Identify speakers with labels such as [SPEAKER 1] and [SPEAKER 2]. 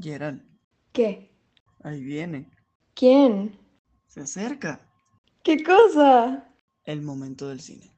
[SPEAKER 1] Gerald,
[SPEAKER 2] ¿Qué?
[SPEAKER 1] ahí viene.
[SPEAKER 2] ¿Quién?
[SPEAKER 1] Se acerca
[SPEAKER 2] ¿Qué cosa?
[SPEAKER 1] el momento del cine.